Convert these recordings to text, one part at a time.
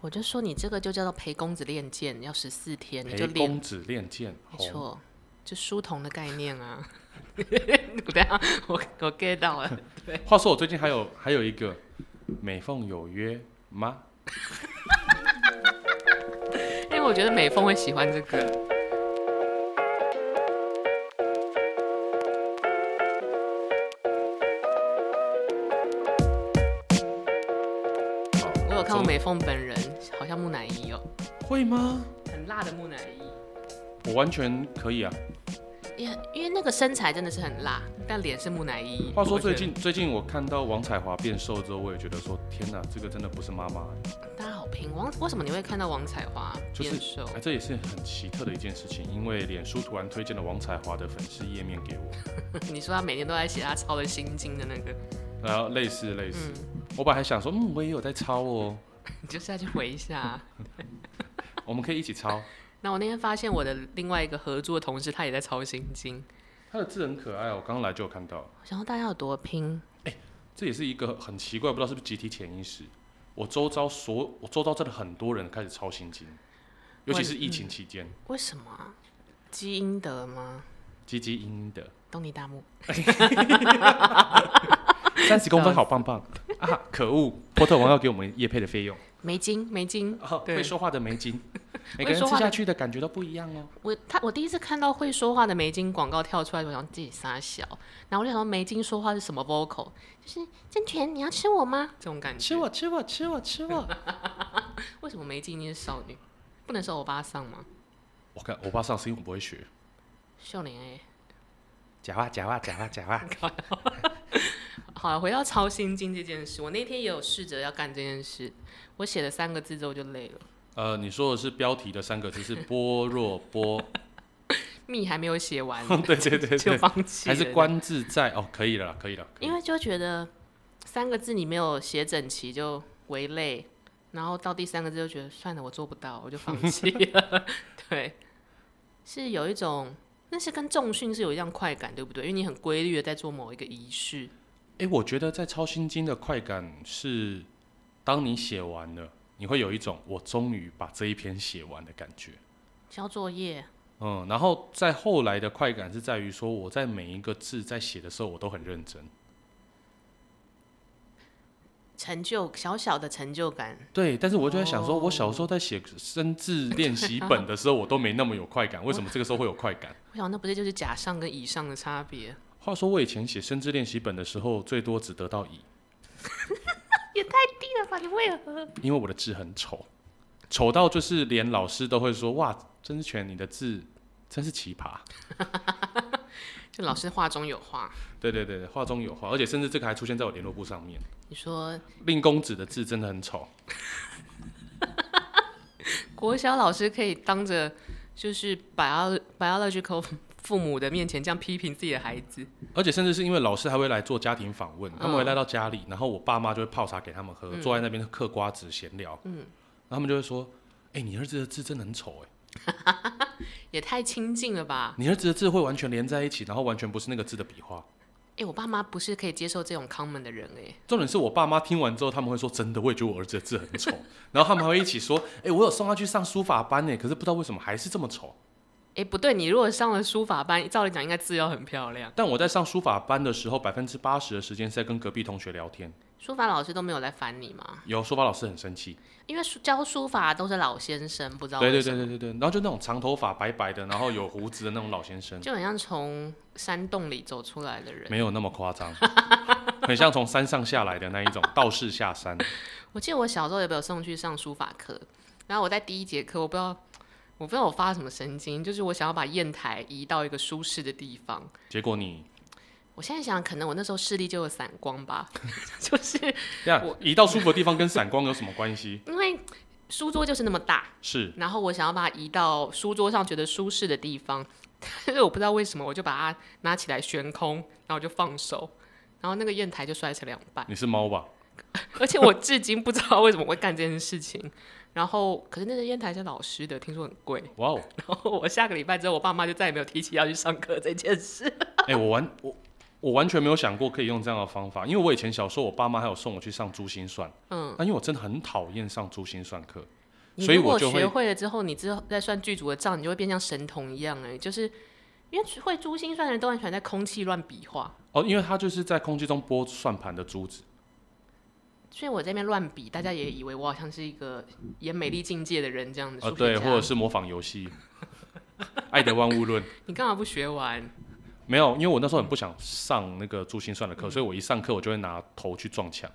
我就说你这个就叫做陪公子练剑，要十四天，你就陪练，公子练剑，没哦，错，就书童的概念啊。 我等一下我我 get 到了，话说我最近还有还有一个美凤有约吗？因为我觉得美凤会喜欢这个。好我有看过总美凤本人，好像木乃伊哦，会吗？很辣的木乃伊。我完全可以啊。因为因为那个身材真的是很辣，但脸是木乃伊。话说我觉最得近最近我看到王彩华变瘦之后，我也觉得说天哪，这个真的不是妈妈欸，大家好拼王，为什么你会看到王彩华就变是瘦？哎，这也是很奇特的一件事情，因为脸书突然推荐了王彩华的粉丝页面给我， 你说他每天都在写他抄的心经的那个，然后类似类似，嗯，我本来还想说，嗯，我也有在抄哦，你就下去回一下。啊我们可以一起抄。 那我那天发现我的另外一个合作的同事，他也在抄心经。他的字很可爱哦，我刚来就有看到，我想说大家有多拼，这也是一个很奇怪，不知道是不是集体潜意识。我周遭所，我周遭真的很多人开始抄心经，尤其是疫情期间，为什么啊？基因得吗？积积阴阴 的，东尼大木，三十公分好棒棒 啊！可恶，波特王要给我们叶配的费 用，梅精，梅精。哦、对会说话的梅 精，每个会人说吃话的下去的感觉都不一样哦。我他我第一次看到会说话的梅精广告跳出来，我想自己傻小，然后我就想说梅精说话是什么 vocal，就是郑权你要吃我吗？这种感觉。 吃我，吃我，吃我，吃我！为什么梅精一定是少女？不能是欧巴桑吗？ 我看欧巴上是因为我不会学，秀玲哎、假话，假话，假话，假话。好了，回到抄心经这件事，我那天也有试着要干这件事，我写了三个字之后就累了， 呃，你说的是标题的三个 字是般若波，，密还没有写完 对对 对就对，放弃还了，是关字在哦，可以了啦，可以了，可以了因为就觉得三个字你没有写整齐就为累，然后到第三个字就觉得算了，我做不到，我就放弃了。 对，是有一种，那是跟重训是有一样快感，对不对？因为你很规律的在做某一个仪式，诶，我觉得在抄心经的快感是，当你写完了，你会有一种我终于把这一篇写完的感觉。交作业，嗯，然后在后来的快感是在于说，我在每一个字在写的时候，我都很认真。成就小小的成就感，对，但是我就在想说，哦我小时候在写生字练习本的时候，我都没那么有快感，为什么这个时候会有快感？我想那不是就是甲上跟乙上的差别？话说我以前写生字练习本的时候，最多只得 到乙，低了吧？你为何？因为我的字很丑，丑到就是连老师都会说：“哇，曾之权，你的字真是奇葩。”就老师话中有话，对对对，对话中有话，而且甚至这个还出现在我联络簿上面。你说令公子的字真的很丑，国小老师可以当着就是 bio biological 父母的面前这样批评自己的孩子，而且甚至是因为老师还会来做家庭访问，他们嗯会来到家里，然后我爸妈就会泡茶给他们喝，嗯坐在那边嗑瓜子闲聊，嗯然后他们就会说：“哎、你儿子的字真的很丑，哎，也太亲近了吧？你儿子的字会完全连在一起，然后完全不是那个字的笔画。”哎、我爸妈不是可以接受这种 common 的人哎、重点是我爸妈听完之后，他们会说：“真的，我也觉得我儿子的字很丑。” 然后他们还会一起说：“哎、我有送他去上书法班呢，可是不知道为什么还是这么丑。”哎、不对，你如果上了书法班，照理讲应该字要很漂亮。但我在上书法班的时候，百分之八十的时间是在跟隔壁同学聊天。书法老师都没有来烦你吗？有书法老师很生气，因为书教书法都是老先生，不知道对对为什对么对对对，然后就那种长头发白白的，然后有胡子的那种老先生，就很像从山洞里走出来 的人。没有那么夸张， 很像从山上下来的那一种道士下山。我记得我小时候也被我送去上书法课，然后我在第一节课，我不知道，我不知道我发什么神经，就是我想要把砚台移到一个舒适的地方。结果你我现在想，可能我那时候视力就有散光吧， 就是这样移到舒服的地方跟闪光有什么关系？因为书桌就是那么大，是然后我想要把它移到书桌上觉得舒适的地方， 但是我不知道为什么，我就把它拿起来悬空，然后我就放手，然后那个砚台就摔成两半。 你是猫吧？而且我至今不知道为什么会干这件事情。然后，可是那个砚台是老师的，听说很贵。 哇哦！然后我下个礼拜之后，我爸妈就再也没有提起要去上课这件事。 哎、我完我我完全没有想过可以用这样的方法，因为我以前小时候，我爸妈还有送我去上珠心算，嗯，那、因为我真的很讨厌上珠心算课，你所以如我果就学会会了之后，你之后再算剧组的账，你就会变像神童一样哎、就是因为会珠心算的人都很喜欢在空气乱比划，哦，因为它就是在空气中拨算盘的珠子，所以我在那边乱比，大家也以为我好像是一个演美丽境界的人这样子。呃，嗯数学对，家或者是模仿游戏，爱德万物论。你干嘛不学完？没有，因为我那时候很不想上那个珠心算的嗯课，所以我一上课我就会拿头去撞墙。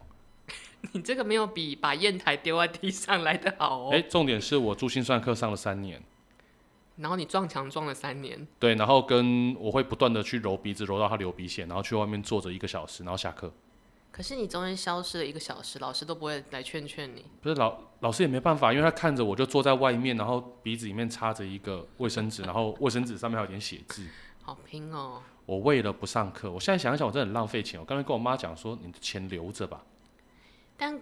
你这个没有比把砚台丢在地上来的好哦。哎、重点是我珠心算课上了三年，然后你撞墙撞了三年，对，然后跟我会不断的去揉鼻子，揉到它流鼻血，然后去外面坐着一个小时，然后下课。可是你中间消失了一个小时，老师都不会来劝劝你。不是老老师也没办法，因为他看着我就坐在外面，然后鼻子里面插着一个卫生纸，然后卫生纸上面还有点血渍。好拼哦！我为了不上课，我现在想一想，我真的很浪费钱。我刚才跟我妈讲说，你的钱留着吧。但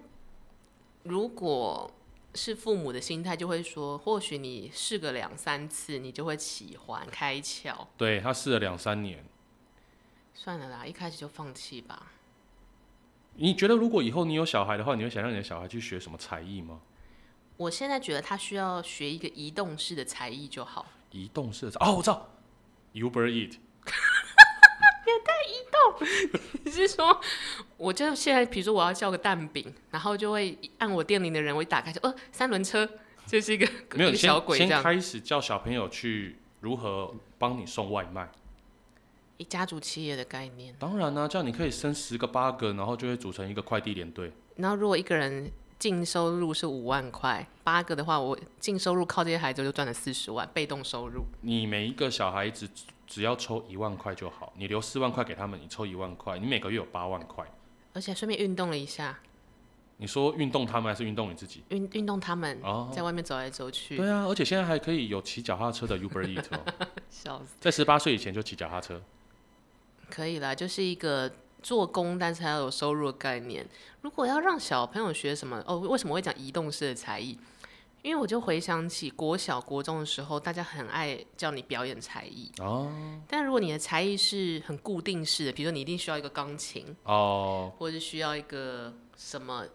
如果是父母的心态，就会说，或许你试个两三次，你就会喜欢开窍。对他试了两三年，算了啦，一开始就放弃吧。你觉得如果以后你有小孩的话，你会想让你的小孩去学什么才艺吗？我现在觉得他需要学一个移动式的才艺就好。移动式的哦，我知道，Uber Eat。 你是说，我就现在，比如说我要叫个蛋饼，然后就会按我店里的人，我一打开就，呃，三轮车，就是一个 没有一个小先鬼这先样。开始教小朋友去如何帮你送外卖。一家族企业的概念。当然啦、这样你可以生十个八个，然后就会组成一个快递连队。然后如果一个人净收入是五万块，八个的话，我净收入靠这些孩子就赚了四十万，被动收入。你每一个小孩子只只要抽一万块就好，你留四万块给他们，你抽一万块，你每个月有八万块。而且顺便运动了一下，你说运动他们还是运动你自己？运运动他们哦在外面走来走嗯去，对啊，而且现在还可以有骑脚踏车的 Uber Eat 哦，笑死。在十八岁以前就骑脚踏车。可以啦，就是一个做工但是还要有收入的概念。如果要让小朋友学什么，哦，为什么会讲移动式的才艺？因为我就回想起国小、国中的时候，大家很爱叫你表演才艺哦。但如果你的才艺是很固定式的，比如说你一定需要一个钢琴，哦，或是需要一个什么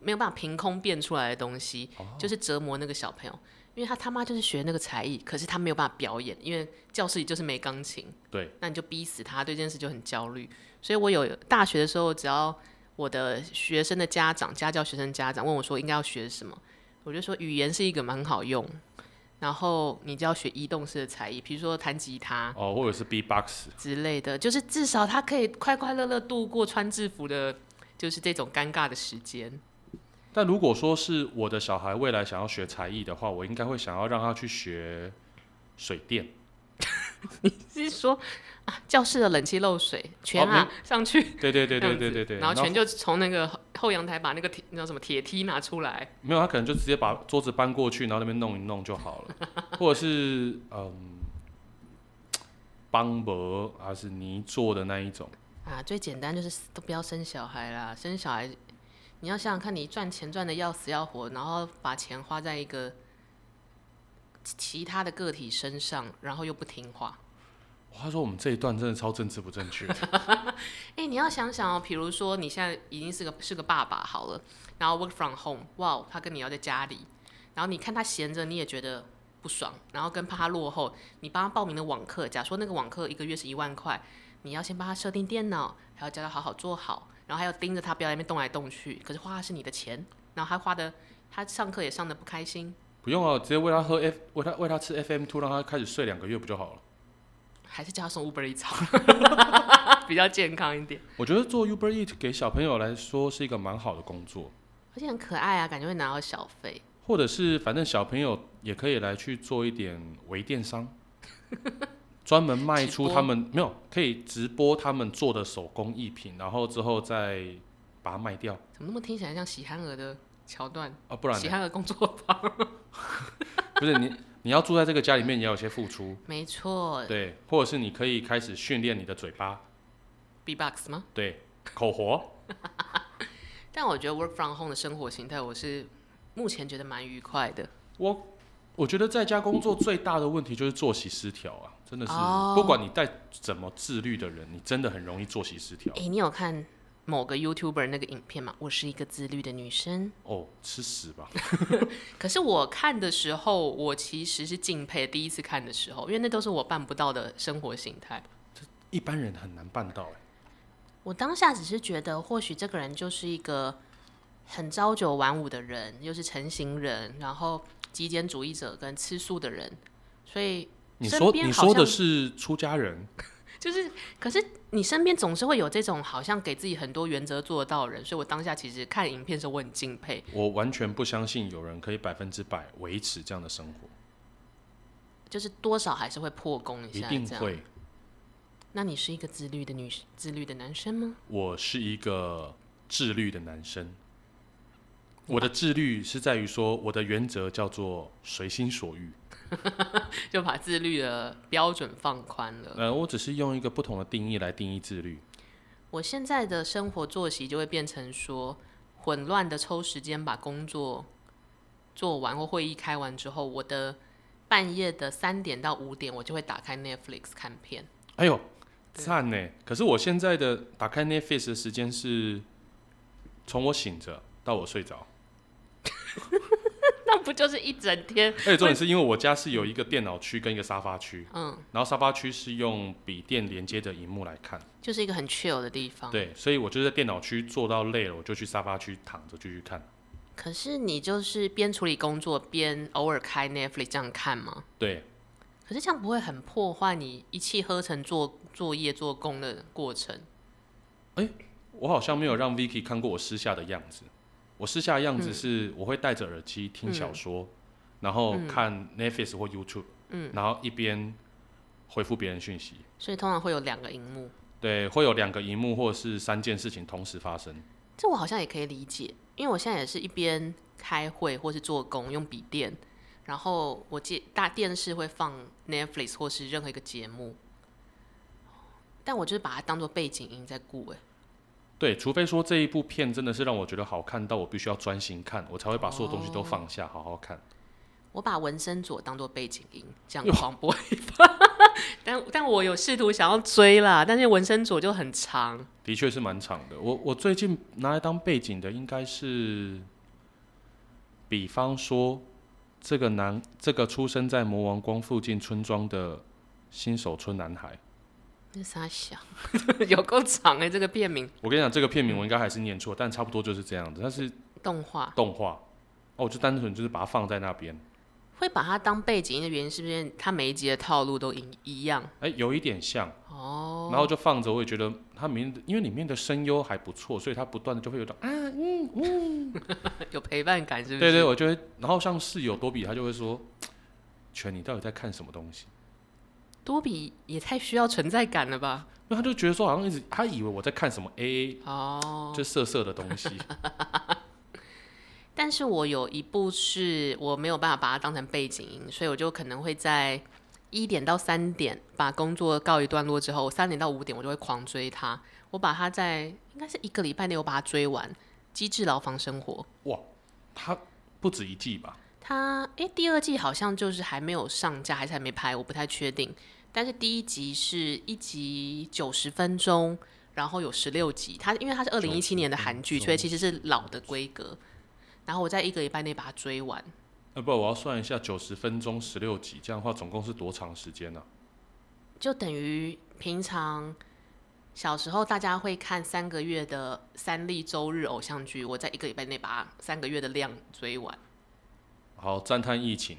没有办法凭空变出来的东西，就是折磨那个小朋友，因为他他妈就是学那个才艺，可是他没有办法表演，因为教室里就是没钢琴，对，那你就逼死他，对这件事就很焦虑。所以我有大学的时候，只要我的学生的家长、家教学生家长问我说应该要学什么，我就说语言是一个蛮好用。然后你就要学移动式的才艺，比如说弹吉他，哦，或者是 B box，之类的，就是至少他可以快快乐乐度过穿制服的，就是这种尴尬的时间。但如果说是我的小孩未来想要学才艺的话，我应该会想要让他去学水电。是说啊，教室的冷气漏水，全啊、上去，对对对这样对子对对对。然后全就从那个后后阳台把那个铁，那叫什么铁梯拿出来，没有，他可能就直接把桌子搬过去，然后那边弄一弄就好了，或者是嗯，邦博还是泥做的那一种。啊，最简单就是都不要生小孩啦，生小孩，你要想想看，你赚钱赚的要死要活，然后把钱花在一个其其他的个体身上，然后又不听话。哇他说我们这一段真的超政治不正确。哎、你要想想哦，比如说你现在已经是个是个爸爸好了，然后 work from home，哇，哦他跟你要在家里，然后你看他闲着，你也觉得不爽，然后跟怕他落后，你帮他报名的网课，假说那个网课一个月是一万块，你要先帮他设定电脑，还要教他好好做好，然后还要盯着他不要在那边动来动去，可是花的是你的钱，然后他花的他上课也上的不开心，不用啊，直接喂他喝 F，喂他喂他吃 FM two，让他开始睡两个月不就好了？还是叫他送 Uber Eats 好了 比较健康一点，我觉得做 Uber Eat 给小朋友来说是一个蛮好的工作，而且很可爱啊，感觉会拿到小费。或者是反正小朋友也可以来去做一点微电商，专门卖出他们没有可以直播他们做的手工艺品，然后之后再把它卖掉怎么那么听起来像喜憨儿的桥段？啊，不然喜呢憨儿工作坊， 不是你你要住在这个家里面，你要有些付 出，没错对，或者是你可以开始训练你的嘴巴， ，B-box 吗？对，口活，但我觉得 work from home 的生活形态，我是目前觉得蛮愉快的。我我觉得在家工作最大的问题就是作息失调啊，真的是，哦不管你再怎么自律的人，你真的很容易作息失调哎、。你有看某个 YouTuber 那个影片吗？我是一个自律的女生。哦，吃屎吧！可是我看的时候，我其实是敬佩第一次看的时候，因为那都是我办不到的生活形态。一般人很难办到、欸。我当下只是觉得，或许这个人就是一个很朝九晚五的人，又是成型人，然后极简主义者跟吃素的人，所以你身说边你好说的像是出家人，就是，可是你身边总是会有这种好像给自己很多原则做得到的人，所以我当下其实看影片的时候我很敬佩。我完全不相信有人可以百分之百维持这样的生活，就是多少还是会破功一一下，定这样。会。那你是一个自律的女，自律的男生吗？ 我是一个自律的男生，我的自律是在于说，我的原则叫做随心所欲。就把自律的标准放宽了。呃，我只是用一个不同的定义来定义自律。我现在的生活作息就会变成说，混乱的抽时间把工作做完或会议开完之后，我的半夜的三点到五点，我就会打开 Netflix 看片。哎呦，对赞呢！可是我现在的打开 Netflix 的时间是从我醒着到我睡着。那不就是一整天？而且重点是因为我家是有一个电脑区跟一个沙发区，嗯，然后沙发区是用笔电连接的荧幕来看，就是一个很 chill 的地方。对，所以我就是在电脑区做到累了，我就去沙发区躺着继续看。可是你就是边处理工作边偶尔开 Netflix 这样看吗？对，可是这样不会很破坏你一气呵成做作业做工的过程？我好像没有让 Vicky 看过我私下的样子。我私下的样子是，我会戴着耳机听小说，然后看 Netflix 或 YouTube，、然后一边回复别人讯息。所以通常会有两个荧幕，对，会有两个荧幕或者是三件事情同时发生。这我好像也可以理解，因为我现在也是一边开会或是做工用笔电，然后我接大电视会放 Netflix 或是任何一个节目，但我就是把它当做背景音在顾哎、对，除非说这一部片真的是让我觉得好看到我必须要专心看，我才会把所有东西都放下，好好看。我把纹身佐当做背景音这样广播一番 但但我有试图想要追啦，但是纹身佐就很长，的确是蛮长的。我我最近拿来当背景的应该是，比方说这个男这个出生在魔王宫附近村庄的新手村男孩。那啥小， 有够长哎、这个片名我跟你讲，这个片名我应该还是念错，但差不多就是这样子。它是动画动画，哦，我就单纯就是把它放在那边。会把它当背景音的原因，是不是因为它每一集的套路都一一样？哎、有一点像，哦，然后就放着，我也觉得它里面的，因为里面的声优还不错，所以它不断的就会有种啊，有陪伴感，是不是？对对，我就会，然后像室友多比，他就会说，全你到底在看什么东西？多比也太需要存在感了吧？因为他就觉得说好像一直他以为我在看什么 A，哦，就色色的东 西。但是我有一部是我没有办法把它当成背景音，所以我就可能会在一点到三点把工作告一段落之后，三点到五点我就会狂追它。我把它在应该是一个礼拜内我把它追完，《机智牢房生活》。哇，他不止一季吧？它诶，第二季好像就是还没有上架，还是还没拍，我不太确定。但是第一集是一集九十分钟，然后有十六集。它因为它是二零一七年的韩剧，所以其实是老的规格。然后我在一个礼拜内把它追完，呃，不，我要算一下，九十分钟十六集，这样的话总共是多长时间呢、啊就等于平常小时候大家会看三个月的三立周日偶像剧，我在一个礼拜内把它三个月的量追完， 好，赞叹疫情，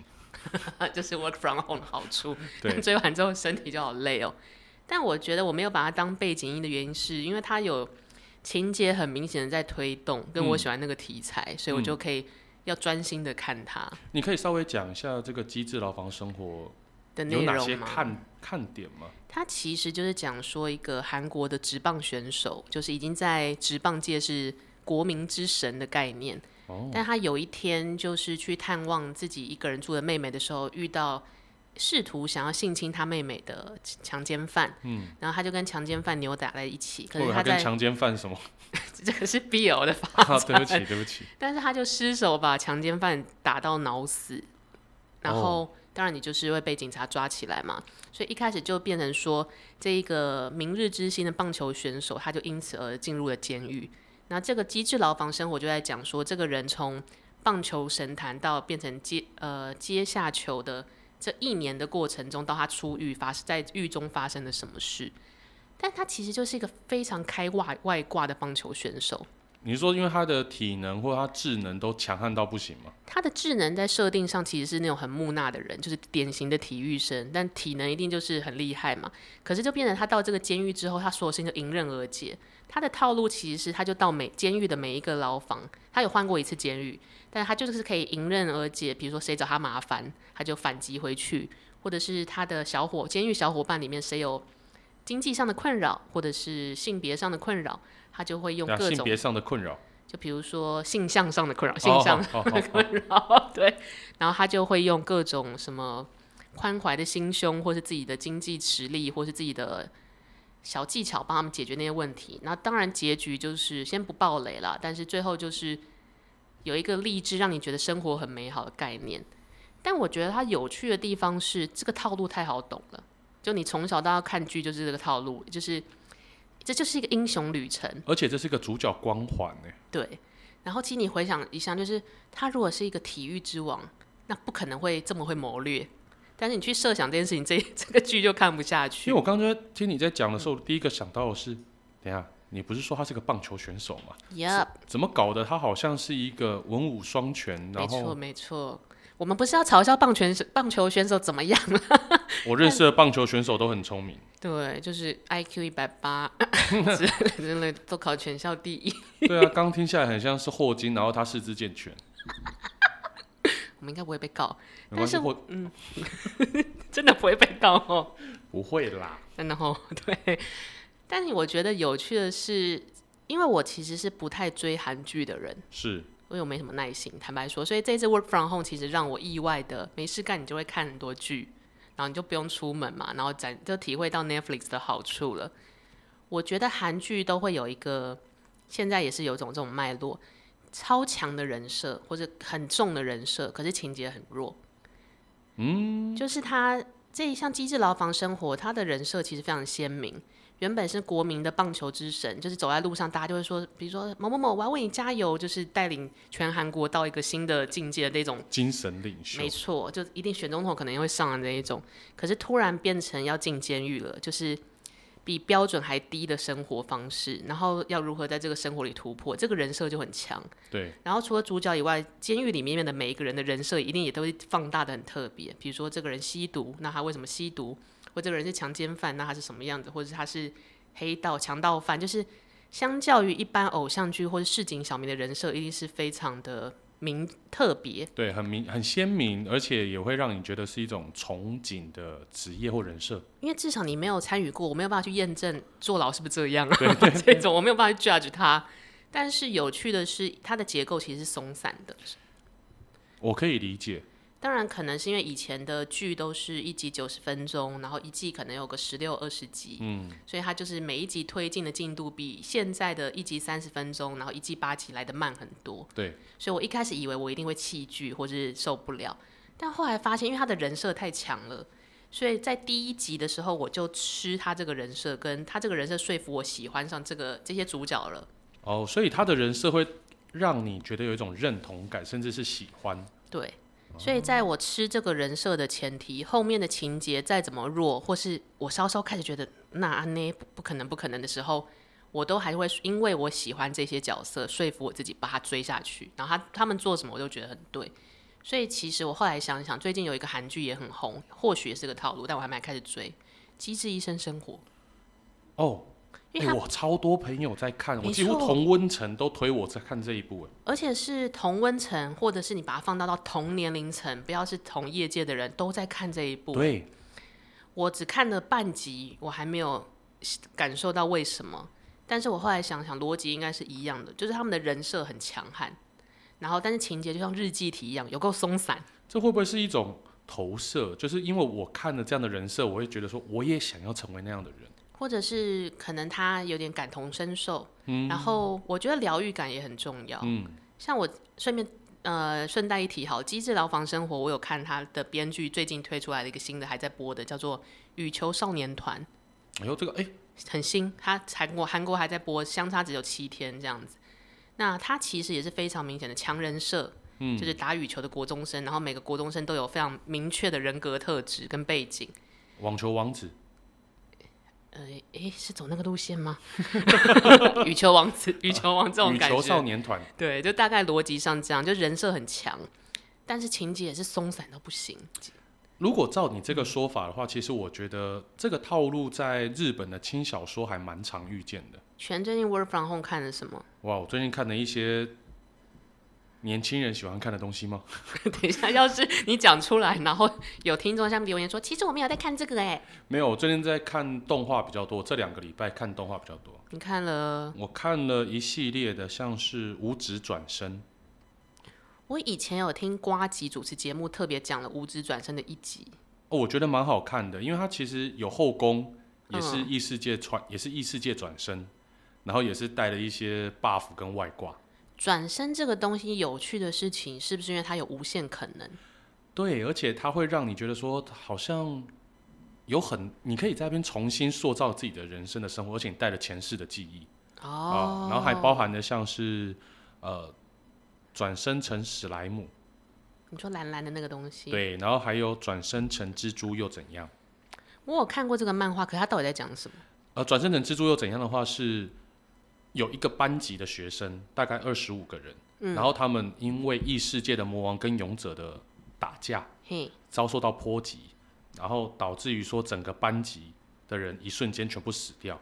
就是 work from home 的好处。对， 追完之后身体就好累哦。但我觉得我没有把它当背景音的原因，是因为它有情节很明显的在推动，跟嗯我喜欢那个题材，所以我就可以要专心的看它你可以稍微讲一下这个机智牢房生活的有内哪容些嘛。看看点吗？它其实就是讲说一个韩国的职棒选手，就是已经在职棒界是国民之神的概念。哦但他有一天就是去探望自己一个人住的妹妹的时候，遇到试图想要性侵他妹妹的强奸犯，嗯，然后他就跟强奸犯扭打在一起。可或是者他他跟在强奸 犯什么？ 这个是 BL 的发啊，展，对不起，对不起，但是他就失手把强奸犯打到脑死，然后当然你就是会被警察抓起来嘛。所以一开始就变成说，这一个明日之星的棒球选手，他就因此而进入了监狱。那这个机制牢房生活就在讲说，这个人从棒球神坛到变成接呃接下球的这一年的过程中，到他出狱发在狱中发生了什么事。但他其实就是一个非常开外外挂的棒球选手，你是说因为他的体能或他智能都强悍到不行吗？他的智能在设定上其实是那种很木讷的人，就是典型的体育生，但体能一定就是很厉害嘛。可是就变成他到这个监狱之后，他所有事情就迎刃而解。他的套路其实是，他就到每监狱的每一个牢房，他有换过一次监狱，但是他就是可以迎刃而解。比如说谁找他麻烦，他就反击回去，或者是他的小伙监狱小伙伴里面谁有经济上的困扰，或者是性别上的困扰，他就会用对啊各性种别上的困扰，就比如说性向上的困扰，性向哦哦的哦哦困扰，对， 然后他就会用各种什么宽怀的心胸，或是自己的经济实力，或是自己的小技巧，帮他们解决那些问题。那当然结局就是先不爆雷啦，但是最后就是有一个励志，让你觉得生活很美好的概念。但我觉得它有趣的地方是，这个套路太好懂了。就你从小到大看剧就是这个套路，就是这就是一个英雄旅程。而且这是一个主角光环欸呢。对，然后其实你回想一下，就是他如果是一个体育之王，那不可能会这么会谋略。但是你去设想这件事情，这 这个剧就看不下因为去。我刚才听你在讲的嗯时候，第一个想到的是，等一下你不是说他是个棒球选手吗？ Yep，怎么搞的？他好像是一个文武双全，没然错后没错。我们不是要嘲笑棒球棒球选手怎么样？啊我认识的棒球选手都很聪明， 对，就是 IQ 一百八 之类之类，都考全校第一。对啊， 刚听下来很像是霍金，然后他四肢健全，我们应该不会被告， 没关系，但是霍真的不会被告哦。不会啦，然后 对，但是我觉得有趣的是，因为我其实是不太追韩剧的人。是因为我没什么耐心，坦白说，所以这次 work from home 其实让我意外的没事干，你就会看很多剧，然后你就不用出门嘛，然后展就体会到 Netflix 的好处了。我觉得韩剧都会有一个，现在也是有一种这种脉络，超强的人设或者很重的人设，可是情节很弱。嗯，就是他这一项《机智牢房生活》，他的人设其实非常鲜明。原本是国民的棒球之神，就是走在路上，大家就会说，比如说某某某，我要为你加油，就是带领全韩国到一个新的境界的那种。精神领袖没，错，就一定选总统可能会上的那一种。可是突然变成要进监狱了，就是比标准还低的生活方式，然后要如何在这个生活里突破，这个人设就很强。对，然后除了主角以外，监狱里面的每一个人的人设一定也都会放大的很特别。比如说这个人吸毒，那他为什么吸毒？或这个人是强奸犯，那他是什么样子？或者是他是黑道、强盗犯？就是相较于一般偶像剧或者市井小民的人设，一定是非常的明特别。对，很明很鲜明，而且也会让你觉得是一种憧憬的职业或人设。因为至少你没有参与过，我没有办法去验证坐牢是不是这样啊，这种我没有办法去 judge 他。但是有趣的是，它的结构其实是松散的，我可以理解，当然，可能是因为以前的剧都是一集九十分钟，然后一季可能有个十六二十集，嗯，所以它就是每一集推进的进度比现在的一集三十分钟，然后一季八集来的慢很多。对，所以我一开始以为我一定会弃剧或是受不了，但后来发现，因为他的人设太强了，所以在第一集的时候我就吃他这个人设，跟他这个人设说服我喜欢上这个这些主角了。哦，所以他的人设会让你觉得有一种认同感，甚至是喜欢。对，所以在我吃这个人设的前提，后面的情节再怎么弱，或是我稍稍开始觉得那安呢不不可能不可能的时候，我都还会因为我喜欢这些角色，说服我自己把他追下去。然后他他们做什么，我都觉得很对。所以其实我后来想想，最近有一个韩剧也很红，或许也是个套路，但我还没开始追《机智医生生活》，哦，因哎、为他我超多朋友在看，我没几乎错同温层都推我在看这一部。哎，而且是同温层，或者是你把它放到到同年龄层，不要是同业界的人都在看这一部。对，我只看了半集，我还没有感受到为什么。但是我后来想想，逻辑应该是一样的，就是他们的人设很强悍，然后但是情节就像日记体一样，有够松散。这会不会是一种投射？就是因为我看了这样的人设，我会觉得说我也想要成为那样的人。或者是可能他有点感同身受，然后我觉得疗愈感也很重要。嗯，像我顺便呃，顺带一提，好，《机智牢房生活》我有看他的编剧最近推出来的一个新的，还在播的，叫做《羽球少年团》，哎呦，这个哎、很新，他韩国韩国还在播，相差只有七天这样子。那他其实也是非常明显的强人设，嗯就是打羽球的国中生，然后每个国中生都有非常明确的人格特质跟背景。网球王子，呃，诶，是走那个路线吗？ 羽球王子， 羽球王这种啊羽感球觉，少年团，对，就大概逻辑上这样，就人设很强，但是情节也是松散到不行。如果照你这个说法的话，其实我觉得这个套路在日本的轻小说还蛮常遇见的。全最近 Work from Home 看了什么？ 哇，我最近看了一些年轻人喜欢看的东西吗？等一下，要是你讲出来，然后有听众下面留言说，其实我没有在看这个哎、没有，我最近在看动画比较多，这两个礼拜看动画比较多。你看了？我看了一系列的，像是《五指转身》，我以前有听瓜吉主持节目，特别讲了《无知转身》的一集，哦，我觉得蛮好看的，因为它其实有后宫，也是异世界传，也是异世界转身，然后也是带了一些 buff 跟外挂。转身这个东西有趣的事情，是不是因为它有无限可能？对，而且它会让你觉得说，好像有很，你可以在那边重新塑造自己的人生的生活，而且你带了前世的记忆啊哦，然后还包含的像是呃转身成史莱姆，你说蓝蓝的那个东西，对，然后还有转身成蜘蛛又怎样？我有看过这个漫画，可它到底在讲什么？呃，转身成蜘蛛又怎样的话是有一个班级的学生，大概二十五个人，然后他们因为异世界的魔王跟勇者的打架，嘿，遭受到波及，然后导致于说整个班级的人一瞬间全部死掉。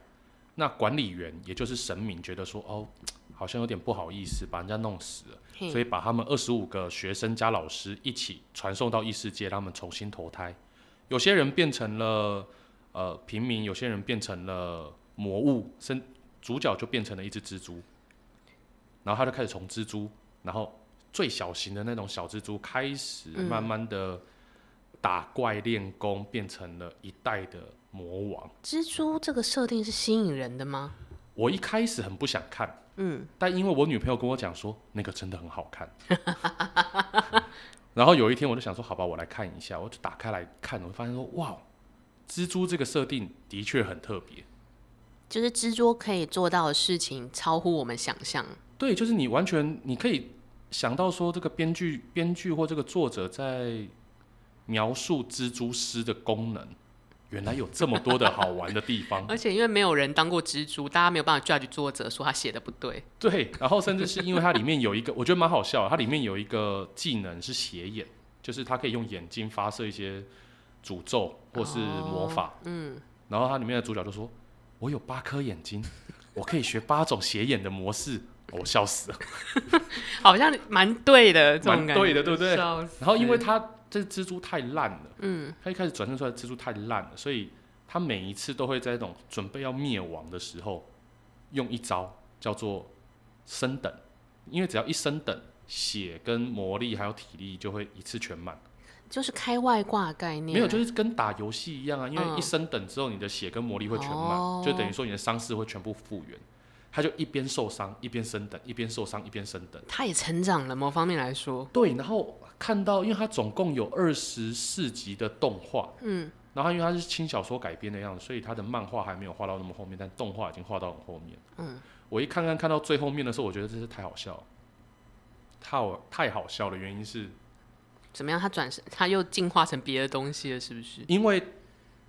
那管理员也就是神明觉得说，哦，好像有点不好意思，把人家弄死了，嘿所以把他们二十五个学生加老师一起传送到异世界，让他们重新投胎。有些人变成了呃平民，有些人变成了魔物，甚主角就变成了一只蜘蛛，然后他就开始从蜘蛛，然后最小型的那种小蜘蛛开始嗯慢慢的打怪练功，变成了一代的魔王。蜘蛛这个设定是吸引人的吗？我一开始很不想看，嗯，但因为我女朋友跟我讲说那个真的很好看， 然后有一天我就想说好吧，我来看一下，我就打开来看，我就发现说哇，蜘蛛这个设定的确很特别。就是蜘蛛可以做到的事情超乎我们想象。对，就是你完全你可以想到说，这个编剧、编剧或这个作者在描述蜘蛛丝的功能，原来有这么多的好玩的地方。而且因为没有人当过蜘蛛，大家没有办法 judge 作者说他写的不对。对，然后甚至是因为它里面有一个，我觉得蛮好笑的，它里面有一个技能是斜眼，就是它可以用眼睛发射一些诅咒或是魔法。嗯，然后它里面的主角就说：“我有八颗眼睛，我可以学八种斜眼的模式。”哦我笑死了。好像蛮对的， 这种蛮感觉对的对不对笑死然后因为它这蜘蛛太烂了。嗯，他一开始转身出来的蜘蛛太烂了，所以他每一次都会在那种准备要灭亡的时候，用一招叫做升等，因为只要一升等，血跟魔力还有体力就会一次全满。就是开外挂的概念，没有，就是跟打游戏一样啊，因为嗯一升等之后，你的血跟魔力会全满，哦就等于说你的伤势会全部复原。他就一边受伤一边升等，一边受伤一边升等。他也成长了，某方面来说，对，然后看到，因为它总共有二十四集的动画，嗯，然后因为它是轻小说改编的样子，所以它的漫画还没有画到那么后面，但动画已经画到很后面。嗯，我一看看看到最后面的时候，我觉得真是太好笑了，太好太好笑的原因是怎么样？他转身，他又进化成别的东西了，是不是？因为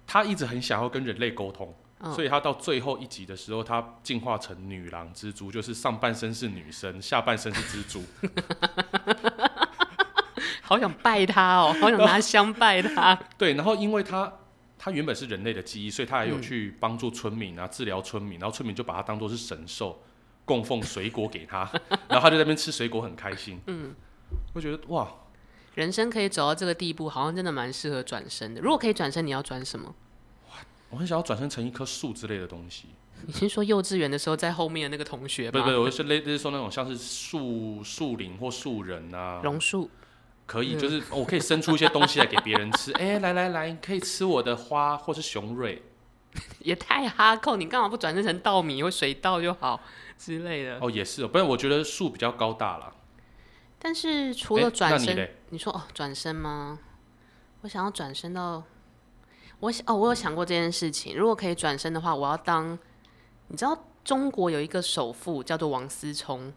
他一直很想要跟人类沟通，嗯，所以他到最后一集的时候，他进化成女郎蜘蛛，就是上半身是女生，下半身是蜘蛛。好想拜他哦，好想拿香拜他。对，然后因为他他原本是人类的记忆，所以他还有去帮助村民啊，治疗村民，然后村民就把他当做是神兽，供奉水果给他，然后他就在那边吃水果很开心。嗯，我觉得哇， 人生可以走到这个地步，好像真的蛮适合转身的。如果可以转身，你要转什么？我很想要转身成一棵树之类的东西，你是说幼稚园的时候在后面的那个同学不吗？不，我是类类似说那种像是树树林或树人啊，榕树，可以就是、哦我可以生出一些东西来给别人吃，哎、来来来，你可以吃我的花或是熊蕊，也太哈扣，你干嘛不转身成稻米或水稻就好之类的？哦也是哦，不然我觉得树比较高大啦。但是除了诶转那你身，嘞？你说哦，转身吗？我想要转身到我想哦，我有想过这件事情。如果可以转身的话，我要当你知道中国有一个首富叫做王思聪，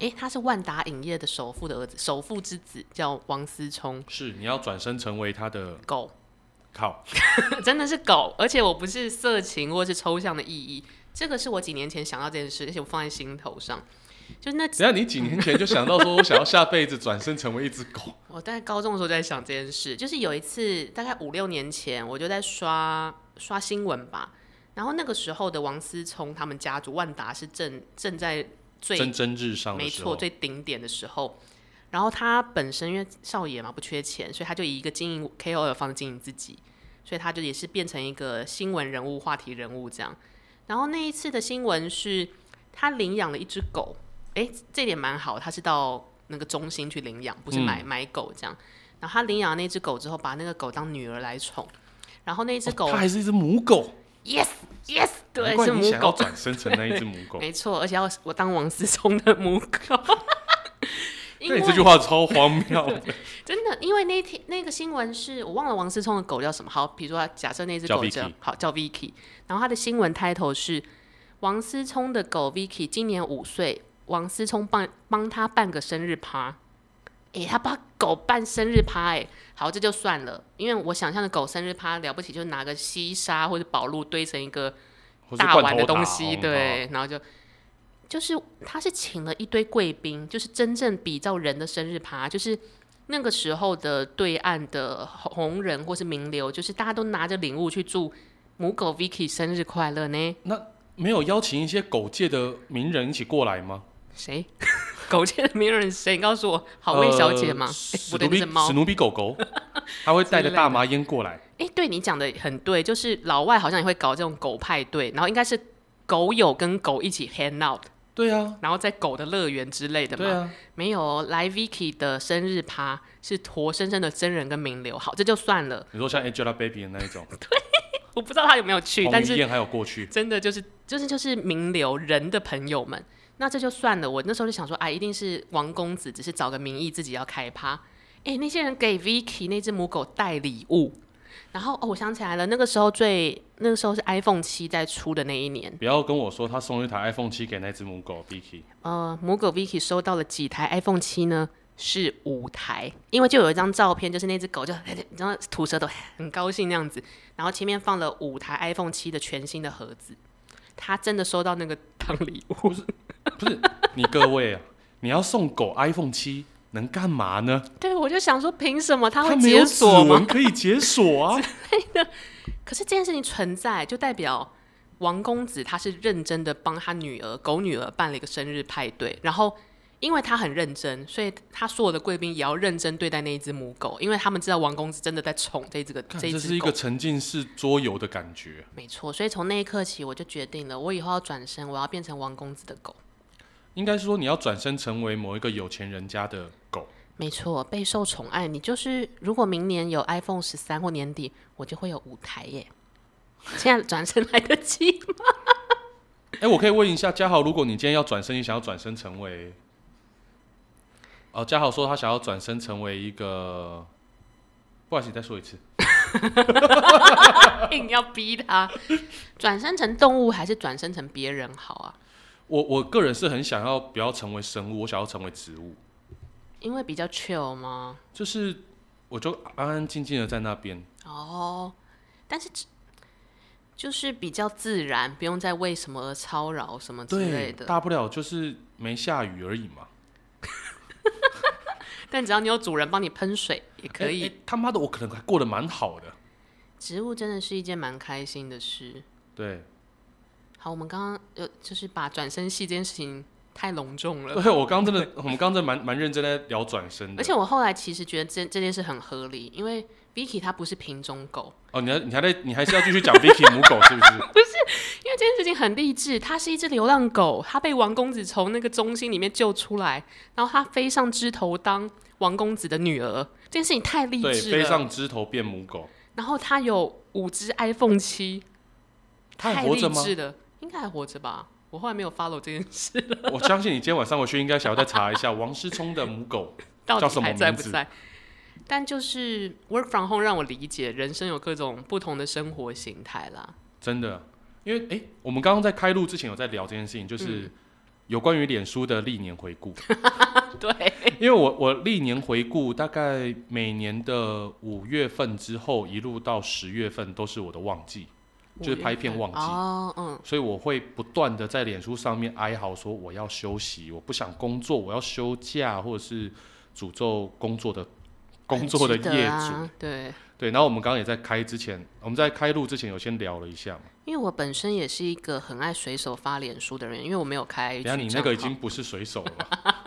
诶，他是万达影业的首富的儿子，首富之子叫王思聪，是你要转身成为他的狗 靠，真的是狗，而且我不是色情或是抽象的意义，这个是我几年前想到这件事，而且我放在心头上。就那等一下你几年前就想到说我想要下辈子转身成为一只 狗，我在高中的时候就在想这件事，就是有一次大概五六年前，我就在刷刷新闻吧，然后那个时候的王思聪他们家族万达是正正在最蒸蒸日上的没时错候，最顶点的时候，然后他本身因为少爷嘛不缺钱，所以他就以一个经营 KOL 的方式经营自己，所以他就也是变成一个新闻人物、话题人物这样。然后那一次的新闻是他领养了一只狗，诶，这点蛮好，他是到那个中心去领养，不是嗯买、买狗这样。然后他领养了那只狗之后，把那个狗当女儿来宠，然后那只狗、它哦还是一只母狗， yes yes 对难怪是你母想要狗，转身成那一只母狗。 没错，而且要我当王思聪的母狗。因那为你这句话超荒 谬的，真的，因为那一天那个新闻是我忘了王思聪的狗叫什么，好，比如说假设那只叫狗 Vicky 叫好叫 Vicky，然后它的新闻 title 是王思聪的狗 Vicky 今年五岁，王思聪帮帮他办个生日趴。诶、他帮狗办生日趴、诶，好，这就算了，因为我想象的狗生日趴了不起，就拿个西沙或者宝露堆成一个或是大罐碗的头东塔西，哦对，然后就就是他是请了一堆贵宾，就是真正比照人的生日趴，就是那个时候的对岸的红人或是名流，就是大家都拿着礼物去祝母狗 Vicky 生日快乐呢。没有邀请一些狗界的名人一起过来吗？谁？ 狗界的名人是谁？你告诉我，好味小姐吗？呃诶史不对，那努比是猫史。努比 狗狗，他会带着大麻烟过来，哎、对你讲的很对，就是老外好像也会搞这种狗派对，然后应该是狗友跟狗一起 hang out，对啊，然后在狗的乐园之类的嘛。对啊，没有，来 Vicky 的生日趴是活生生的真人跟名流，好，这就算了。你说像 Angelababy 的那 一种，我不知道他有没有去，但彭于是晏还有过去，真的就是就是就是名流人的朋友们，那这就算了。我那时候就想说，哎，一定是王公子，只是找个名义自己要开趴。哎，那些人给 Vicky 那只母狗带礼物，然后哦，我想起来了，那个时候最那个时候是 iPhone 七在出的那一年，不要跟我说他送了一台 iPhone 七给那只母狗 Vicky，呃，母狗 Vicky 收到了几台 iPhone 七呢？是五台，因为就有一张照片，就是那只狗就 你知道吐舌头，很高兴那样子，然后前面放了五台 iPhone 七的全新的盒子，他真的收到那个当礼物，不是你各位啊，你要送狗 iPhone 七能干嘛呢？对我就想说，凭什么他它会没有解指锁吗纹？可以解 锁啊，可是这件事情存在，就代表王公子他是认真的帮他女儿狗女儿办了一个生日派对，然后因为他很认真，所以他所有的贵宾也要认真对待那一只母狗，因为他们知道王公子真的在宠这只个看一这是只一狗个。沉浸式桌游的感觉。没错，所以从那一刻起，我就决定了，我以后要转身，我要变成王公子的狗。应该说，你要转身成为某一个有钱人家的狗，没错，备受宠爱，你就是如果明年有 iPhone 十三或年底，我就会有舞台耶。现在转身来得及哎、我可以问一下嘉豪，如果你今天要转身，你想要转身成为？哦，嘉豪说他想要转身成为一个，不好意思，你再说一次。硬要逼他转身成动物，还是转身成别人好啊？我我个人是很想要不要成为生物，我想要成为植物，因为比较 chill 吗？就是我就安安静静的在那边。哦，但是只就是比较自然，不用再为什么而操劳什么啊之类对，的。大不了就是没下雨而已嘛。但只要你有主人帮你喷水，也可以。哎哎他妈的，我可能还过得蛮好的。植物真的是一件蛮开心的事。 对，好，我们刚刚呃，就是把转身戏这件事情太隆重了。对我刚真的，我 们刚真的蛮蛮认真在聊转身的。而且我后来其实觉得这这件事很合理，因为 Vicky 它不是品种狗，哦，你还你还在，你还是要继续讲 Vicky 母狗是不是？因为这件事情很励志，它是一只流浪狗，它被王公子从那个中心里面救出来，然后它飞上枝头当王公子的女儿，这件事情太励对，志飞了。上枝头变母狗。然后它有五只 iPhone 七，他太还活励着吗？志了，应该还活着吧？我后来没有 follow 这件事，我相信你今天晚上回去应该想要再查一下 王思聪的母狗。到叫什底么还在名不字在？但就是 work from home 让我理解人生有各种不同的生活形态啦。真的，因为哎、诶我们刚刚在开录之前有在聊这件事情，嗯就是有关于脸书的历年回顾。对，因为我我历年回顾，大概每年的五月份之后一路到十月份都是我的旺季，就是拍片旺季哦，嗯，所以我会不断的在脸书上面哀嚎说我要休息，我不想工作，我要休假，或者是诅咒工作的工作的很值得业主。啊，对。对，然后我们刚刚也在开之前，我们在开录之前有先聊了一下嘛。因为我本身也是一个很爱随手发脸书的人，因为我没有开 IG 等账一下号。你那个已经不是水手了吧？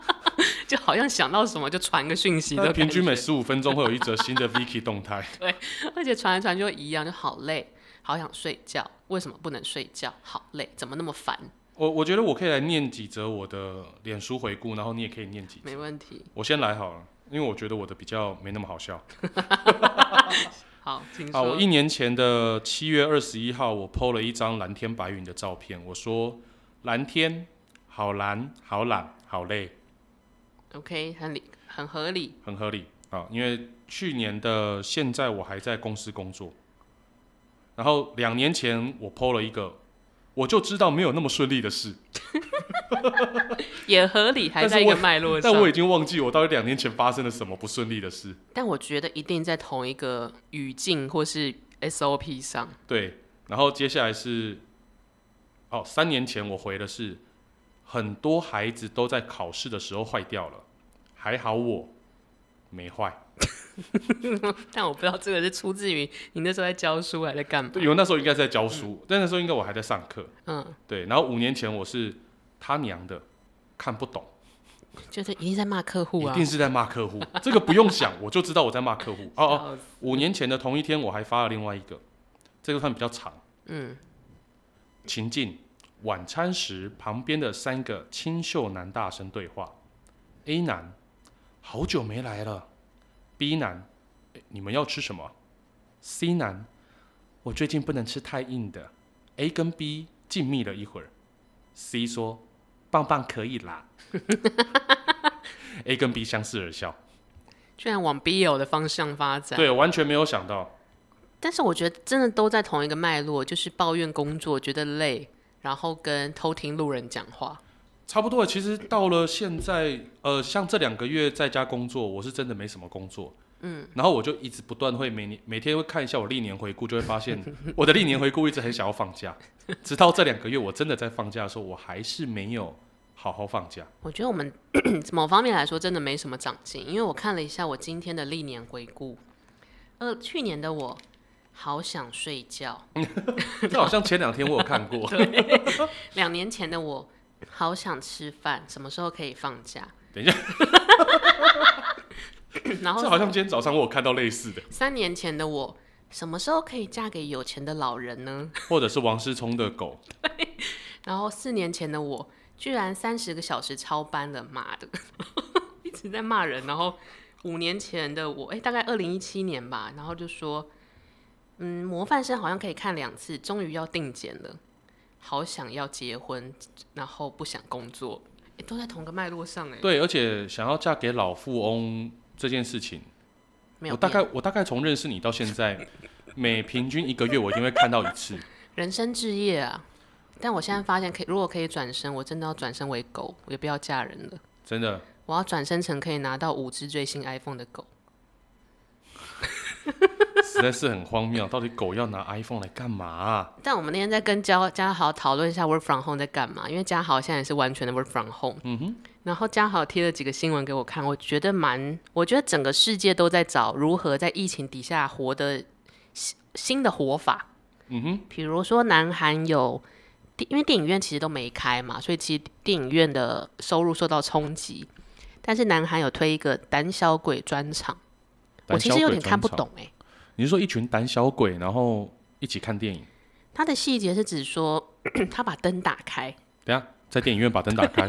就好像想到什么就传个讯息的那感觉，平均每十五分钟会有一则新的 Vicky 动态。而且传来传去就一样，就好累，好想睡觉。为什么不能睡觉？好累，怎么那么烦？我我觉得我可以来念几则我的脸书回顾，然后你也可以念几则。没问题。我先来好了，因为我觉得我的比较没那么好笑。好，请好，我说。一年前的七月二十一号，我 PO 了一张蓝天白云的照片，我说蓝天好蓝，好懒，好累， OK，很理，很合理。很合理啊。因为去年的现在我还在公司工作，然后两年前我 PO 了一个，我就知道没有那么顺利的事。也合理，还但是在一我个脉络上。但我已经忘记我到底两年前发生了什么不顺利的事。但我觉得一定在同一个语境或是 SOP 上。 对，然后接下来是，哦，三年前我回的是，很多孩子都在考试的时候坏掉了，还好我没坏。但我不知道这个是出自于你那时候在教书还在干嘛。对，因为那时候应该是在教书，但那时候应该我还在上课。嗯，对，然后五年前我是他娘的看不懂，就是一定在骂客户一啊定。是在骂客户，这个不用想，我就知道我在骂客户。哦哦，哦，五年前的同一天我还发了另外一个，这个算比较长。嗯，情境：晚餐时，旁边的三个清秀男大声对话。A 男：好久没来了。B 男：诶你们要吃什么？C 男：我最近不能吃太硬的。A 跟 B 静谧了一会儿。C 说：棒棒可以啦。A 跟 B 相视而笑，居然往 BL 的方向发展。对，完全没有想到。但是我觉得真的都在同一个脉络，就是抱怨工作觉得累，然后跟偷听路人讲话。差不多了，其实到了现在，呃，像这两个月在家工作，我是真的没什么工作。嗯，然后我就一直不断会每年每天会看一下我历年回顾，就会发 现我的历年回顾一直很想要放假，直到这两个月我真的在放假的时候，我还是没有好好放假。我觉得我们 某方面来说真的没什么长进，因为我看了一下我今天的历年回顾，呃，去年的我好想睡觉，这好像前两天我有 看过，两年前的我好想吃饭，什么时候可以放假？等一下， 然这后好像今天早上我有看到类似的，三年前的我什么时候可以嫁给有钱的老人呢？或者是王思聪的狗，然后四年前的我居然三十个小时超班了，妈的， 一直在骂人。然后五年前的我，哎、大概二零一七年吧，然后就说，嗯，模范生好像可以看两次，终于要定检了，好想要结婚，然后不想工作，诶都在同个脉络上哎、对，而且想要嫁给老富翁这件事情，没有我大变概我大概从认识你到现在，每平均一个月我一定会看到一次。人生置业啊。但我现在发现，可以如果可以转身，我真的要转身为狗，我也不要嫁人了。真的，我要转身成可以拿到五只最新 iPhone 的狗。实在是很荒谬。到底狗要拿 iPhone 来干嘛啊、但我们那天在跟嘉嘉豪讨论一下 work from home 在干嘛，因为嘉豪现在也是完全的 work from home。嗯哼。然后嘉豪贴了几个新闻给我看，我觉得蛮，我觉得整个世界都在找如何在疫情底下活的新新的活法。嗯哼，比如说南韩有，电，因为电影院其实都没开嘛，所以其实电影院的收入受到冲击。但是南韩有推一个胆小鬼专场，我其实有点看不胆小鬼专懂场。哎、你是说一群胆小鬼，然后一起看电影？它的细节是指说 他把灯打开。等一下在电影院把灯 打开，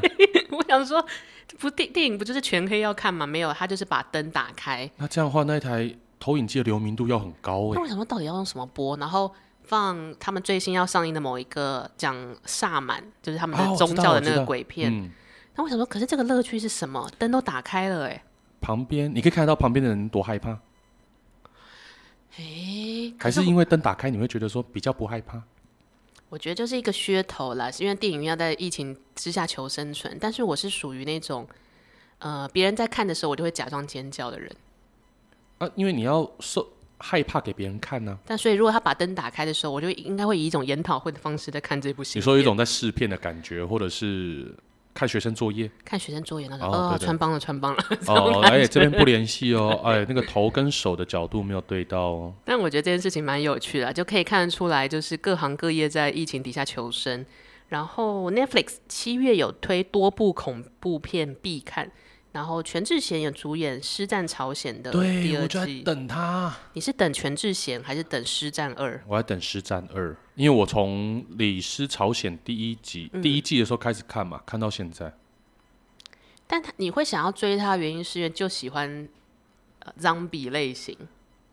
我想说，这不电电影不就是全黑要看吗？没有，他就是把灯打开。那这样的话，那一台投影机的流明度要很高哎、那我想说，到底要用什么播？然后放他们最新要上映的某一个讲萨满，就是他们哦的我宗知道教我的知那个道鬼片。嗯，那我想说，可是这个乐趣是什么？灯都打开了、欸，旁边你可以看得到旁边的人多害怕，哎、可还是我因为灯打开你会觉得说比较不害怕？我觉得就是一个噱头啦，是因为电影院要在疫情之下求生存。但是我是属于那种，呃，别人在看的时候，我就会假装尖叫的人。啊，因为你要受害怕给别人看啊呢、但所以如果他把灯打开的时候，我就应该会以一种研讨会的方式在看这部戏。你说有一种在试片的感觉，或者是看学生作业看学生作业那种，哦哦，对对穿帮了，穿帮了。 哦，哎，这边不联系哦，哎，那个头跟手的角度没有对到哦，但我觉得这件事情蛮有趣的啊，就可以看得出来，就是各行各业在疫情底下求生。然后 Netflix 七月有推多部恐怖片必看，然后全智贤有主演《师战朝鲜》的第二季。等他，你是等全智贤还是等《师战二》？我在等《师战二》，因为我从《李师朝鲜》第一集、嗯第一季的时候开始看嘛，看到现在，但他你会想要追他的原因是因为就喜欢呃 zombie 类型，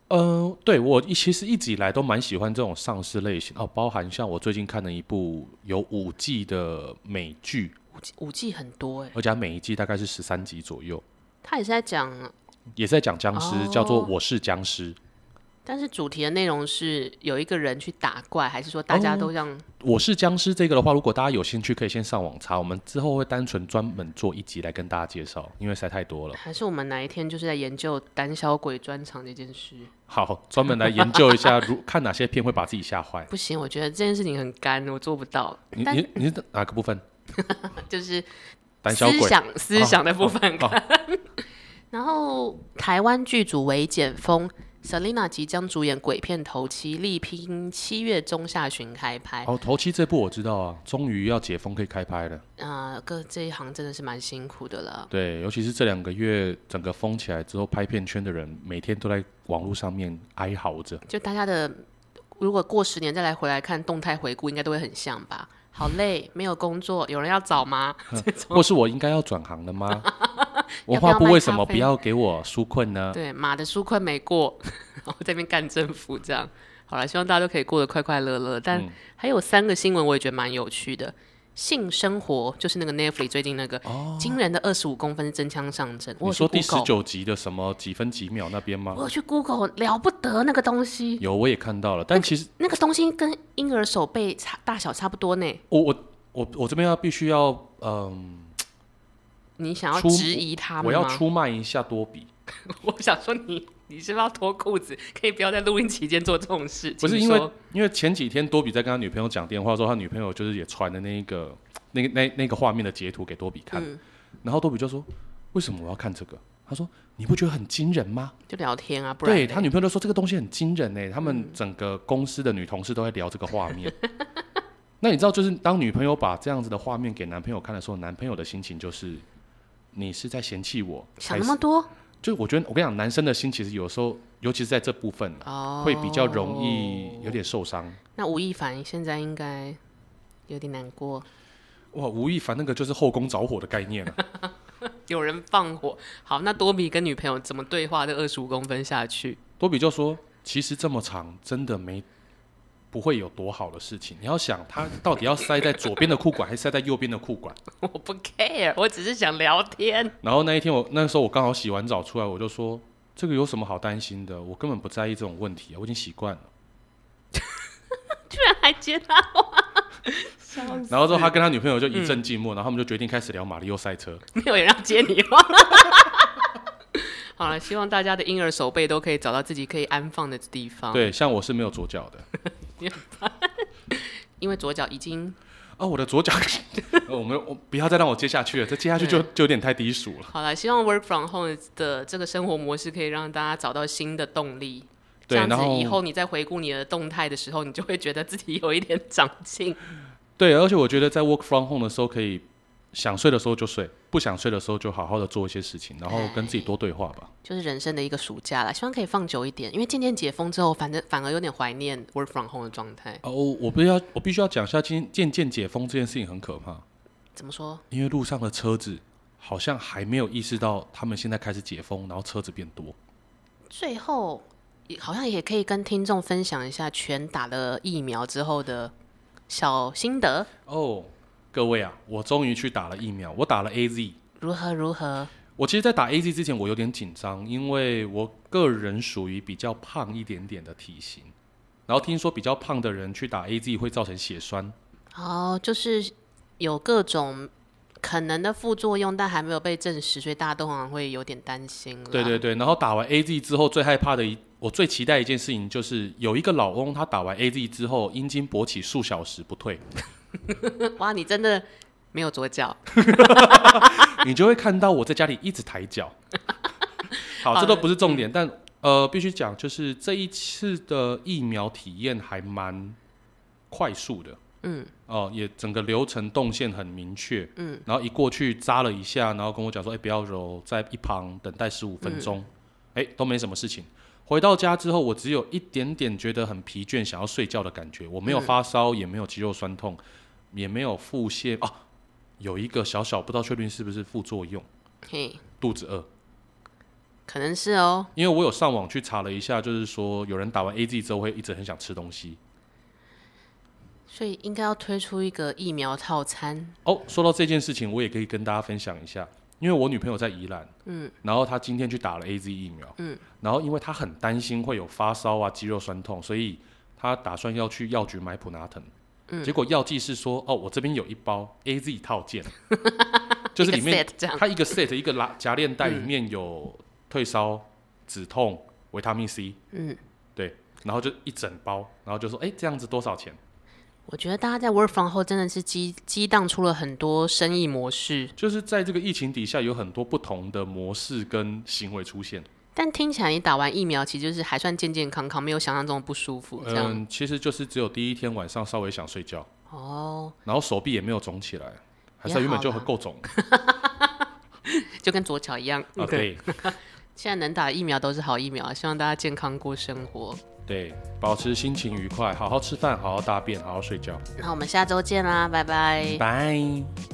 嗯呃，对我一其实一直以来都蛮喜欢这种丧尸类型哦，包含像我最近看的一部有五季的美剧，五季五季很多哎、而且它每一季大概是十三集左右，他也是在讲，也是在讲僵尸，哦叫做《我是僵尸》。但是主题的内容是有一个人去打怪，还是说大哦家都这样？我是僵尸这个的话，如果大家有兴趣，可以先上网查，我们之后会单纯专门做一集来跟大家介绍，因为实在太多了。还是我们哪一天就是在研究胆小鬼专场这件事？好，专门来研究一下，如看哪些片会把自己吓 坏。不行，我觉得这件事情很干，我做不到。你但你你是哪个部分？就是胆小思鬼想思想的部分哦干。然后台湾剧组为简风，Selina 即将主演鬼片头七，力拼七月中下旬开拍。哦，头七这部我知道啊，终于要解封可以开拍了。呃，哥这一行真的是蛮辛苦的了。对，尤其是这两个月整个封起来之后，拍片圈的人每天都在网络上面哀嚎 着。就大家的，如果过十年再来回来看动态回顾，应该都会很像吧？好累，没有工作，有人要找吗？或是我应该要转行了 吗？文要不要化部卖为什咖么不啡要给我纾困呢？对，马的纾困没过，然后在那边干政府这样。好了，希望大家都可以过得快快乐乐。嗯但还有三个新闻，我也觉得蛮有趣的。性生活就是那个 Netflix 最近那个、惊人的二十五公分是真枪上阵。我有哦你去说第十 Google，九集的什么几分几秒那边吗我？有去 Google 了不得那个东西，有，我也看到了，但其实那个东西跟婴儿手背差大小差不多呢。我我我我这边要必须要，嗯，你想要出质疑他们吗？我要出卖一下多比， 我想说你，你是不是要脱裤子？可以不要在录音期间做这种事。不是请因为说因为前几天多比在跟他女朋友讲电话的时候，他女朋友就是也传的那一个那个那那个画面的截图给多比看，嗯然后多比就说为什么我要看这个？他说你不觉得很惊人吗？就聊天啊，不然对嘞嗯他女朋友就说这个东西很惊人呢、欸他们整个公司的女同事都在聊这个画面。 那你知道，就是当女朋友把这样子的画面给男朋友看的时候，男朋友的心情就是你是在嫌弃我，想还那是么多就我觉得我跟你讲，男生的心其实有时候，尤其是在这部分、啊哦，会比较容易有。点受伤。那吴亦凡现在应该有点难过，哇，吴亦凡那个就是后宫着火的概念啊 了、有人放火。好，那多比跟女朋友怎么对话？这二十五公分下去，多比就说，其实这么长真的没不会有多好的事情。你要想，他到底要塞在左边的裤管，还是塞在右边的裤管？我不 care，我只是想聊天。然后那一天我那时候我刚好洗完澡出来，我就说这个有什么好担心的？我根本不在意这种问题啊，我已经习惯了。居然还接他话，笑死！然后之后他跟他女朋友就一阵静默，然后他们就决定开始聊马里奥赛车。没有人要接你话。 好了，希望大家的婴儿手背都可以找到自己可以安放的地方。对，像我是没有左脚的，因为左脚已经啊，我的左脚， 呃我们我不要再让我接下去了，再接下去就就有点太低俗了。好了。希望 work from home 的这个生活模式可以让大家找到新的动力。这对，样子然后以后你再回顾你的动态的时候，你就会觉得自己有一点长进。对，而且我觉得在 work from home 的时候，可以想睡的时候就睡，不想睡的时候就好好的做一些事情，然后跟自己多对话吧。就是人生的一个暑假了，希望可以放久一点，因为渐渐解封之后，反正反而有点怀念 work from home 的状态。哦，我我必须要我必须要讲一下，今天渐渐解封这件事情很可怕。怎么说？因为路上的车子好像还没有意识到他们现在开始解封，然后车子变多。最后也好像也可以跟听众分享一下全打了疫苗之后的小心得，哦，各位啊，我终于去打了疫苗，我打了 A Z。如何如何？我其实，在打 A Z 之前，我有点紧张，因为我个人属于比较胖一点点的体型，然后听说比较胖的人去打 A Z 会造成血栓。哦，就是有各种可能的副作用，但还没有被证实，所以大家都好像会有点担心。对对，对，然后打完 A Z 之后，最害怕的一，我最期待一件事情就是有一个老翁，他打完 A Z 之后，阴茎勃起数小时不退， 哇，你真的没有左脚，你就会看到我在家里一直抬脚。好，这都不是重点，但呃，必须讲就是这一次的疫苗体验还蛮快速的，嗯，哦、也整个流程动线很明确，嗯，然后一过去扎了一下，然后跟我讲说，哎、不要揉，在一旁等待十五分钟，嗯哎、都没什么事情。回到家之后，我只有一点点觉得很疲倦，想要睡觉的感觉，我嗯没有发烧，也没有肌肉酸痛，也没有腹泻哦、有一个小小不知道确定是不是副作用，嘿，肚子饿。可能是哦。因为我有上网去查了一下，就是说有人打完 A Z 之后会一直很想吃东西。所以应该要推出一个疫苗套餐，哦，说到这件事情，我也可以跟大家分享一下，因为我女朋友在宜兰，嗯，然后她今天去打了 A Z 疫苗，嗯，然后因为她很担心会有发烧啊、肌肉酸痛，所以她打算要去药局买普拿疼。结果药剂是说，哦，我这边有一包 A Z 套 件，就是里面一个 set 这样嗯它一个 set 一个拉夹链袋里面有退烧、止痛、维他命 C，嗯，对，然后就一整包，然后就说，哎、这样子多少钱？我觉得大家在 work from home 真的是激激荡出了很多生意模式，就是在这个疫情底下，有很多不同的模式跟行为出现。但听起来你打完疫苗其实就是还算健健康康，没有想象中的不舒服这样。嗯，其实就是只有第一天晚上稍微想睡觉，哦，然后手臂也没有肿起来，还也是原本好就啦很够 肿就跟左脚一样。啊。对现在能打的疫苗都是好疫苗啊，希望大家健康过生活。对，保持心情愉快，好好吃饭，好好大便，好好睡觉。那我们下周见啦，拜拜。拜。